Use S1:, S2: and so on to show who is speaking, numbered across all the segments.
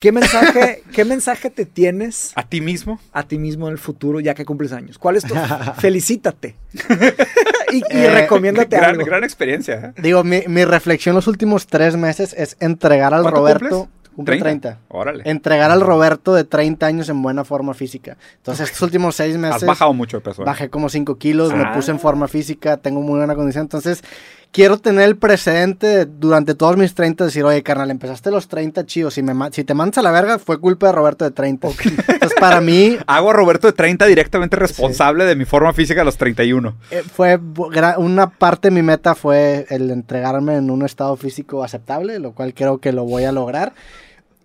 S1: ¿Qué mensaje, ¿Qué mensaje te tienes
S2: ¿A ti mismo?
S1: a ti mismo en el futuro ya que cumples años? ¿Cuál es tu felicítate? y, y
S3: Eh,
S1: recomiéndate
S2: gran,
S1: algo.
S2: gran experiencia. ¿eh?
S3: Digo, mi, mi reflexión los últimos tres meses es entregar al
S2: ¿Cuánto
S3: Roberto.
S2: cumples?
S3: Cumple 30.
S2: Órale.
S3: Entregar al Roberto de 30 años en buena forma física. Entonces, estos últimos seis
S2: Has
S3: meses.
S2: bajado mucho de peso. ¿eh?
S3: Bajé como 5 kilos,
S2: Ah.
S3: me puse en forma física, tengo muy buena condición. Entonces, quiero tener el precedente de, durante todos mis 30 decir, oye, carnal, empezaste los 30 chidos. Si, me, ma- si te mandas a la verga, fue culpa de Roberto de 30. Entonces, para mí,
S2: Hago a Roberto de 30 directamente responsable de mi forma física a los 31.
S3: eh, fue bu- gra- una parte de mi meta fue el entregarme en un estado físico aceptable, lo cual creo que lo voy a lograr.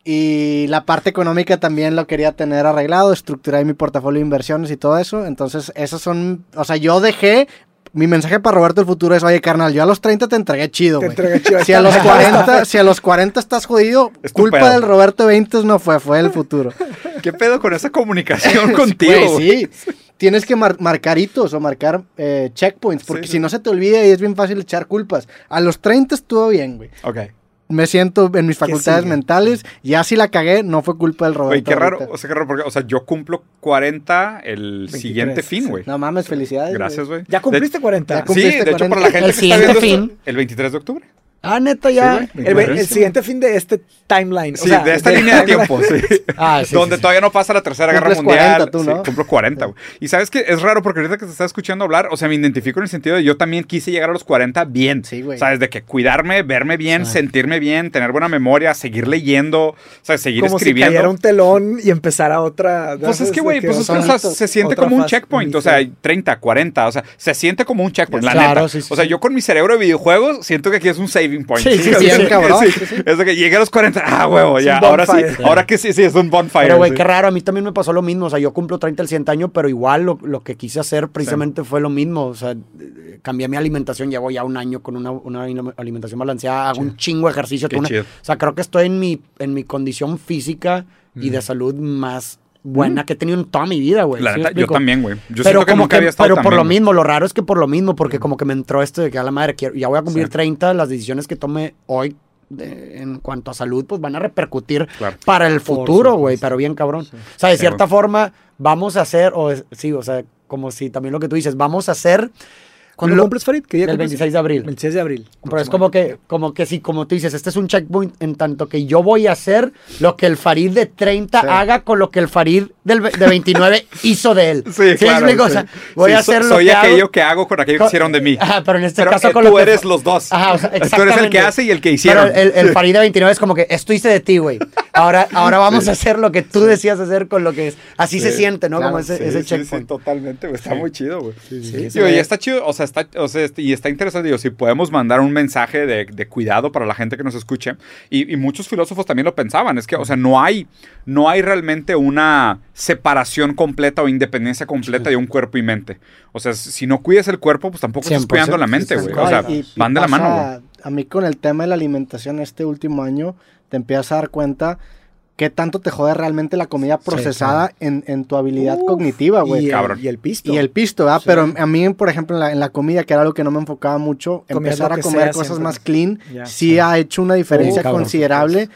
S3: Y la parte económica también lo quería tener arreglado, estructurar mi portafolio de inversiones y todo eso. Entonces, esos son, o sea, yo dejé mi mensaje para Roberto del futuro es, "Oye, carnal, yo a los 30 te entregué chido,
S1: Te
S3: güey.
S1: entregué chido.
S3: Si a los
S1: Esta-
S3: 40, si a los 40 estás jodido,
S2: Es tu
S3: culpa
S2: pedo.
S3: del Roberto 20 no fue, fue el futuro."
S2: ¿Qué pedo con esa comunicación contigo?
S3: Güey,
S2: güey?
S3: sí. Tienes que mar- marcar hitos o marcar eh, checkpoints, porque
S2: Sí,
S3: si
S2: sí.
S3: no se te olvida y es bien fácil echar culpas. A los 30 estuvo bien, güey.
S2: Ok.
S3: Me siento en mis facultades
S1: sigue?
S3: mentales. Ya si la cagué, no fue culpa del Roberto.
S2: Güey, qué raro.
S3: ahorita.
S2: O sea, qué raro porque, o sea, yo cumplo 40 el
S1: 23,
S2: siguiente fin, güey.
S3: No mames, felicidades.
S2: Gracias, güey.
S1: Ya cumpliste 40.
S3: Ya
S2: Sí, de
S3: cumpliste
S2: hecho, para la
S3: 40.
S2: gente
S4: El
S2: que está
S4: siguiente
S2: viendo esto,
S4: fin.
S2: el 23 de octubre.
S1: Ah, neta, ya.
S2: Sí, güey,
S1: el, ve- el
S2: clarísimo.
S1: siguiente fin de este timeline. o
S2: Sí,
S1: sea,
S2: de esta
S1: del
S2: línea de
S1: timeline.
S2: tiempo, sí.
S4: Ah, sí, sí,
S2: Donde
S4: sí.
S2: todavía no pasa la Tercera Guerra
S3: Cumples
S2: Mundial.
S3: 40 tú, ¿no?
S2: Sí, cumplo 40, güey. Y sabes que es raro porque ahorita que te estaba escuchando hablar, o sea, me identifico en el sentido de yo también quise llegar a los 40 bien.
S3: Sí, güey.
S2: Sabes, de que cuidarme, verme bien,
S4: Ah.
S2: sentirme bien, tener buena memoria, seguir leyendo, sabes, seguir
S1: Como si
S2: escribiendo.
S1: cayera un telón y empezara otra.
S2: Pues es
S1: ¿sabes? De
S2: que, güey, pues es que,
S1: otra-
S2: o sea,
S3: hitos,
S2: se siente
S1: otra
S2: como un
S1: fase,
S2: checkpoint, o
S1: inicio.
S2: sea, 30, 40, o sea, se siente como un checkpoint, la
S4: Claro,
S2: neta.
S4: sí, sí,
S2: o sea,
S4: sí.
S2: yo con mi cerebro de videojuegos siento que aquí es un saving point.
S4: Sí, sí,
S2: O
S4: sí,
S2: sea,
S4: sí,
S3: cabrón.
S2: sí.
S3: Sí, sí.
S2: Es de que llegué a los 40, ah, huevo,
S1: Es
S2: ya,
S1: un
S2: ahora sí,
S1: bonfire.
S2: ahora que sí, sí, es un bonfire.
S4: Pero, güey,
S2: sí.
S4: qué raro. A mí también me pasó lo mismo. O sea, yo cumplo 30 el 100 año, pero igual lo, lo que quise hacer precisamente fue lo mismo. O sea, eh, cambié mi alimentación. Llevo ya un año con una, una alimentación balanceada. Hago un chingo de ejercicio.
S2: Qué
S4: tengo una-
S2: chido.
S4: o sea, creo que estoy en mi, en mi condición física y de salud más buena que he tenido en toda mi vida, güey.
S2: Mm. La
S4: pues, ¿Sí me
S2: neta, yo
S4: explico?
S2: también, güey. Yo
S4: pero
S2: siento que
S4: como
S2: nunca
S4: que,
S2: había estado
S4: pero
S2: tan
S4: por lo
S2: bien.
S4: mismo, lo raro es que por lo mismo, porque como que me entró esto de que a la madre, quiero, ya voy a cumplir
S2: Sí.
S4: 30, las decisiones que tome hoy de- en cuanto a salud, pues van a repercutir
S2: Claro.
S4: para el
S1: Por
S4: futuro, güey,
S1: supuesto.
S4: pero bien cabrón. O sea, de
S2: Sí,
S4: cierta forma, vamos a hacer, o es- sí, o sea, como si también lo que tú dices, vamos a hacer
S1: ¿Cuándo
S4: lo-
S1: cumples, Farid? ¿Qué día
S4: el
S1: cumples?
S4: 26 de abril.
S1: 26 de abril.
S4: Pero es como que, como que sí, como tú dices, este es un checkpoint en tanto que yo voy a hacer lo que el Farid de 30
S3: Sí.
S4: haga con lo que el Farid del, ve- de 29 hizo de él.
S2: Sí, claro.
S4: explico? O
S2: sí.
S4: sea, voy
S2: Sí,
S4: a
S2: so-
S4: hacer lo
S2: Soy
S4: que
S2: aquello
S4: hago-
S2: que hago con aquello que
S4: con-
S2: hicieron de mí.
S4: Ajá, pero en este
S2: Pero
S4: caso
S2: que
S4: con
S2: tú
S4: lo que-
S2: eres los dos.
S4: Ajá, o sea,
S2: Tú eres el
S4: exactamente.
S2: que hace y el que
S4: Pero
S2: hicieron.
S4: el, el Farid de 29 es como que esto hice de ti, güey. Ahora, ahora vamos a hacer lo que tú decías hacer con lo que es. Así se
S2: Sí,
S4: siente, ¿no?
S3: claro,
S4: como ese,
S2: Sí,
S4: ese
S2: sí,
S4: checkpoint.
S2: Sí, totalmente, güey. Está muy chido, güey.
S1: sí,
S2: Digo, y está chido, o sea, está, o sea, este- y está interesante, digo, si podemos mandar un mensaje de, de cuidado para la gente que nos escuche, y, y muchos filósofos también lo pensaban, es que, o sea, no hay, no hay realmente una separación completa o independencia completa de un cuerpo y mente. O sea, si no cuidas el cuerpo, pues tampoco estás
S4: 100%,
S2: cuidando la mente,
S4: sí,
S2: güey.
S4: sí,
S2: O sea,
S3: Ay, y- y
S2: van de la mano,
S3: pasa-
S2: güey.
S3: A mí con el tema de la alimentación este último año, te empiezas a dar cuenta qué tanto te jode realmente la comida procesada en, en tu habilidad
S1: Uf,
S3: cognitiva, güey.
S1: Y,
S2: Cabrón.
S1: el, y el pisto.
S3: Y el pisto, ¿verdad?
S1: Sí.
S3: Pero a mí, por ejemplo, en la, en la comida, que era algo que no me enfocaba mucho,
S1: Comías
S3: empezar
S1: lo
S3: a
S1: que
S3: comer
S1: sea,
S3: cosas
S1: siempre.
S3: más clean,
S1: Ya,
S3: sí
S1: sí.
S3: ha hecho una diferencia
S4: Uh, cabrón,
S3: considerable
S1: pues.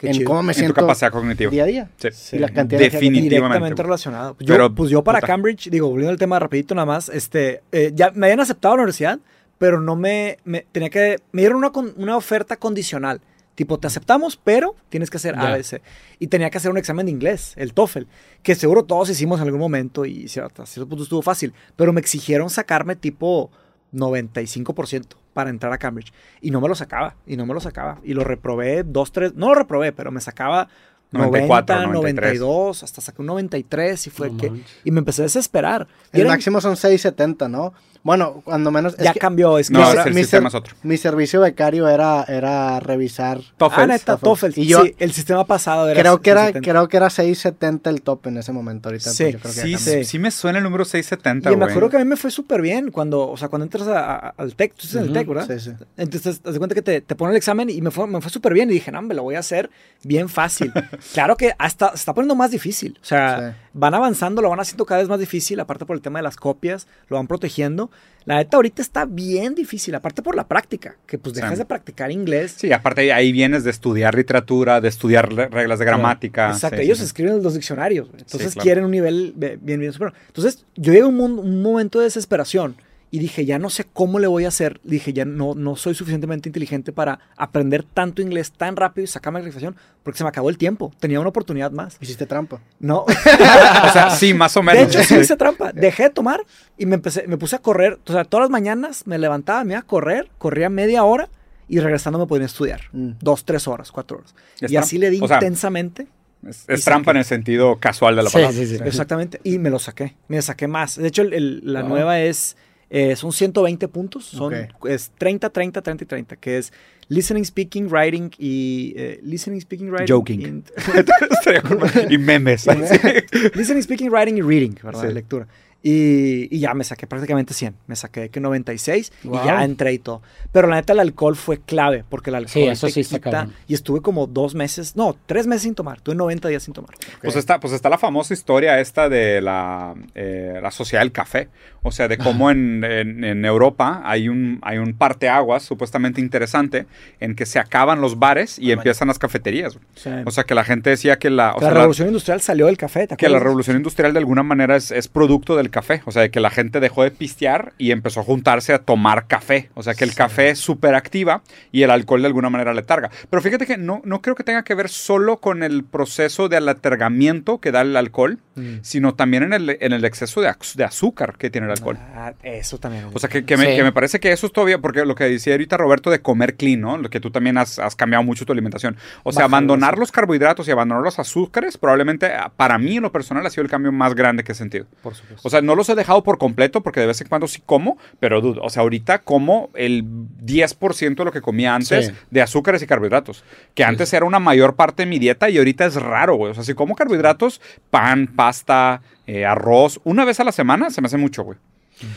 S1: Qué
S3: en
S1: chido.
S3: cómo me
S2: En tu
S3: siento
S2: capacidad cognitiva.
S3: día a día.
S2: Sí.
S3: Y la cantidad de energía que
S2: Definitivamente.
S1: directamente
S2: güey.
S1: relacionado. Yo,
S2: Pero,
S1: pues yo para
S2: puta.
S1: Cambridge, digo, volviendo al tema rapidito nada más, este, eh, ya me habían aceptado a la universidad, pero no me, me- tenía que, me dieron una, con- una oferta condicional. Tipo, te aceptamos, pero tienes que hacer
S4: Ya.
S1: ABC. Y tenía que hacer un examen de inglés, el TOEFL, que seguro todos hicimos en algún momento y cierto, a cierto punto estuvo fácil, pero me exigieron sacarme tipo 95% para entrar a Cambridge. Y no me lo sacaba, y no me lo sacaba. Y lo reprobé dos, tres, no lo reprobé, pero me sacaba
S2: 94,
S1: 90,
S2: 93.
S1: 92, hasta saqué un 93 y fue
S4: No
S1: que...
S4: manches.
S1: Y me empecé a desesperar. Y
S3: El
S1: era-
S3: máximo son 6.70, ¿no? Bueno, cuando menos... es
S1: ya
S3: que
S1: cambió, es que...
S2: No,
S1: ese-
S2: es el
S3: mi
S2: sistema
S3: ser-
S2: es otro.
S3: Mi servicio becario era, era revisar...
S1: ah,
S2: TOEFL.
S1: neta,
S3: TOEFL.
S1: TOEFL.
S3: Y yo-
S1: sí, el sistema pasado era...
S3: Creo que, era,
S1: 670.
S3: creo que era 6.70 el top en ese momento. Ahorita
S1: Sí,
S3: pues, yo creo que
S2: Sí,
S3: ya
S1: sí.
S2: sí, sí me suena el número 670,
S1: Y
S2: güey.
S1: me acuerdo que a mí me fue súper bien cuando, o sea, cuando entras a- a- al TEC, tú estás en el
S4: Ujú,
S1: TEC,
S3: cambió.
S1: ¿verdad?
S3: Sí, sí.
S1: Entonces, te das cuenta que te, te ponen el examen y me fue, me fue súper bien. Y dije, no, me lo voy a hacer bien fácil. claro que hasta se está poniendo más difícil. O sea,
S3: Sí.
S1: van avanzando, lo van haciendo cada vez más difícil, aparte por el tema de las copias, lo van protegiendo. La neta ahorita está bien difícil, aparte por la práctica, que pues dejas
S2: Sí.
S1: de practicar inglés.
S2: Sí, aparte ahí vienes de estudiar literatura, de estudiar le- reglas de gramática.
S1: Exacto,
S2: Sí,
S1: ellos
S2: sí, sí.
S1: escriben en los diccionarios, güey. entonces
S2: claro.
S1: quieren un nivel de- bien, bien superior. Entonces yo llegué a un, mon- un momento de desesperación y dije, ya no sé cómo le voy a hacer, dije, ya no, no soy suficientemente inteligente para aprender tanto inglés tan rápido y sacarme la calificación, porque se me acabó el tiempo, tenía una oportunidad más.
S3: Hiciste trampa.
S1: No,
S2: O sea, sí, más o
S1: de
S2: menos.
S1: hecho sí hice trampa, dejé de tomar y me, empecé, me puse a correr, o sea, todas las mañanas me levantaba, me iba a correr, corría media hora y regresando me podía estudiar,
S3: Mm.
S1: dos, tres horas, cuatro horas.
S2: Es
S1: Y así
S2: trampa.
S1: le di
S2: O sea,
S1: intensamente.
S2: Es, es trampa en el sentido casual de la
S4: Sí,
S2: palabra.
S4: sí, sí.
S1: Exactamente. Y me lo saqué. Me saqué más. De hecho, el- el- la
S2: Wow.
S1: nueva es. eh, son 120 puntos. Son es 30, 30, 30 y 30. Que es listening, speaking, writing y. eh, listening, speaking, writing.
S2: Joking.
S1: and-
S2: Estaría cool. Y memes. ¿sabes?
S1: listening, speaking, writing y reading, ¿verdad?
S2: Sí.
S1: De Lectura. Y, y ya me saqué prácticamente 100. Me saqué que 96 y ya entré y todo. Pero la neta, el alcohol fue clave porque el alcohol.
S5: Sí, eso
S1: te
S5: sí está
S1: quita-
S5: cabrón.
S1: Y estuve como dos meses, no, tres meses sin tomar. Tuve 90 días sin tomar.
S2: Pues, está, pues está la famosa historia esta de la, eh, la sociedad del café. O sea, de cómo en, en- en Europa hay un, hay un parteaguas supuestamente interesante en que se acaban los bares y empiezan las cafeterías. güey. O sea, que la gente decía que la... o sea,
S1: la
S2: la-
S1: revolución industrial salió del café. ¿te
S2: que la
S1: acuerdas?
S2: revolución industrial de alguna manera es, es producto del café, o sea, de que la gente dejó de pistear y empezó a juntarse a tomar café, o sea, que el café es súper activa y el alcohol de alguna manera le targa. Pero fíjate que no, no creo que tenga que ver solo con el proceso de alatergamiento que da el alcohol,
S1: Mm.
S2: sino también en el, en el exceso de, ax- de azúcar que tiene el alcohol.
S1: Ah, eso también.
S2: O sea, que, que me,
S5: Sí.
S2: que me parece que eso es todavía, porque lo que decía ahorita Roberto de comer clean, ¿no? Lo que tú también has, has cambiado mucho tu alimentación. O
S1: Bajar
S2: sea, abandonar
S1: los-
S2: los carbohidratos y abandonar los azúcares, probablemente ah, para mí en lo personal ha sido el cambio más grande que he sentido.
S1: por supuesto.
S2: O sea, no los he dejado por completo porque de vez en cuando sí como, pero dude, o sea, ahorita como el 10% de lo que comía antes
S5: Sí.
S2: de azúcares y carbohidratos, que antes era una mayor parte de mi dieta y ahorita es raro, güey. O sea, si como carbohidratos, pan, pasta, eh, arroz, una vez a la semana se me hace mucho, güey.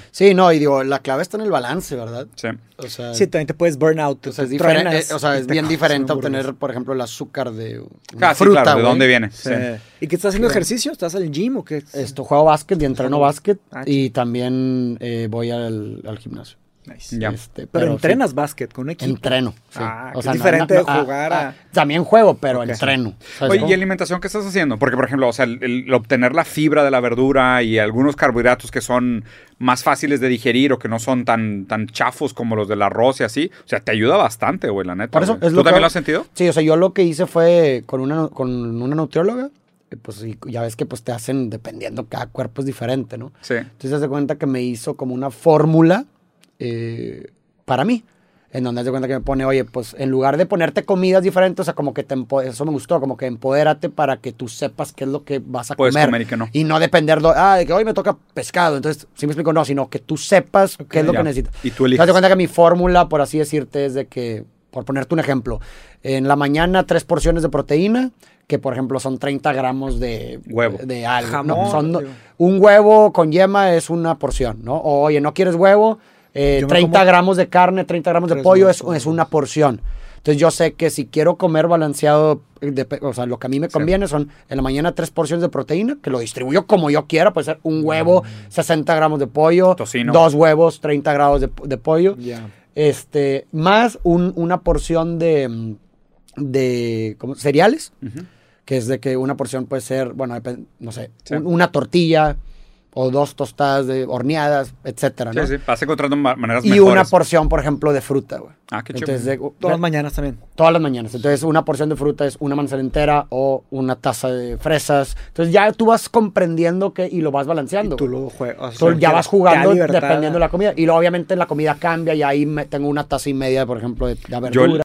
S4: Sí, no, y digo, la clave está en el balance, ¿verdad?
S2: Sí.
S4: O sea,
S1: sí, también te puedes burn out.
S4: Ah, o sea, es,
S1: te
S4: diferente-
S1: truenas
S4: o sea,
S1: y
S4: es
S1: te
S4: bien
S1: comes
S4: diferente
S1: una hamburguesa.
S4: obtener, por ejemplo, el azúcar de una
S2: Ah, sí,
S4: fruta,
S2: claro, ¿de
S4: güey.
S2: dónde viene? Sí.
S1: Sí. ¿Y qué estás haciendo ejercicio? ¿Estás al gym o qué?
S4: Esto, juego básquet y entreno básquet
S1: Ah,
S4: y también eh, voy al, al gimnasio.
S1: Nice.
S2: Ya.
S4: Este,
S1: Pero,
S4: sí,
S1: entrenas básquet con un equipo.
S4: entreno, sí.
S1: Ah, que es
S4: no-
S1: diferente
S4: no- ah,
S1: de jugar a-
S4: también juego, pero
S1: Ok.
S4: entreno. ¿sabes
S2: Oye,
S4: cómo?
S2: ¿y alimentación qué estás haciendo? Porque, por ejemplo, o sea, el, el obtener la fibra de la verdura y algunos carbohidratos que son más fáciles de digerir o que no son tan, tan chafos como los del arroz y así, o sea, te ayuda bastante, güey, la neta.
S4: Por eso
S2: güey.
S4: es
S2: ¿Tú
S4: lo que-
S2: también lo has sentido?
S4: Sí, o sea, yo lo que hice fue con una, con una nutrióloga, eh, pues y ya ves que pues te hacen, dependiendo, cada cuerpo es diferente, ¿no?
S2: Sí.
S4: Entonces se cuenta que me hizo como una fórmula eh, para mí. En donde se cuenta que me pone, oye, pues en lugar de ponerte comidas diferentes, o sea, como que te empo- eso me gustó, como que empodérate para que tú sepas qué es lo que vas a
S2: Puedes
S4: comer.
S2: comer y que no.
S4: depender, do- ah, de que hoy me toca pescado. Entonces, si me explico, no, sino que tú sepas qué es lo
S2: Ya.
S4: que necesitas.
S2: Y tú
S4: Te
S2: eliges.
S4: das cuenta que mi fórmula, por así decirte, es de que, por ponerte un ejemplo, en la mañana tres porciones de proteína, que por ejemplo son 30 gramos de
S2: Huevo.
S4: De algo.
S1: Jamón,
S4: No, son do-
S1: digo.
S4: un huevo con yema es una porción, ¿no? O, oye, no quieres huevo, eh,
S1: Yo me
S4: 30
S1: como
S4: gramos de carne, 30 gramos de
S1: tres
S4: pollo es,
S1: huevos.
S4: es una porción. Entonces yo sé que si quiero comer balanceado, eh, dep- o sea, lo que a mí me conviene son en la mañana tres porciones de proteína, que lo distribuyo como yo quiera, puede ser un huevo, 60 gramos de
S2: Mm.
S4: pollo,
S2: Tocino.
S4: dos huevos, 30 gramos de, de pollo,
S1: Ya.
S4: este, más un- una porción de, mm, de ¿cómo? cereales,
S2: Ujú.
S4: que es de que una porción puede ser, bueno, depen- no sé,
S2: Sí.
S4: un- una tortilla o dos tostadas de horneadas, etcétera, ¿no?
S2: Sí, sí, vas encontrando ma- maneras
S4: Y
S2: mejores.
S4: una porción, por ejemplo, de fruta, güey.
S2: Ah, qué chido.
S4: Entonces, de-
S1: Todas las mañanas también.
S4: todas las mañanas. Entonces, una porción de fruta es una manzana entera o una taza de fresas. Entonces, ya tú vas comprendiendo que y lo vas balanceando.
S1: Y tú
S4: güey.
S1: lo juegas.
S4: Tú ya vas jugando dependiendo de la
S1: comida.
S4: comida. Y luego, obviamente, la comida cambia y ahí me- tengo una taza y media, por ejemplo, de, de
S2: Yo,
S4: verdura.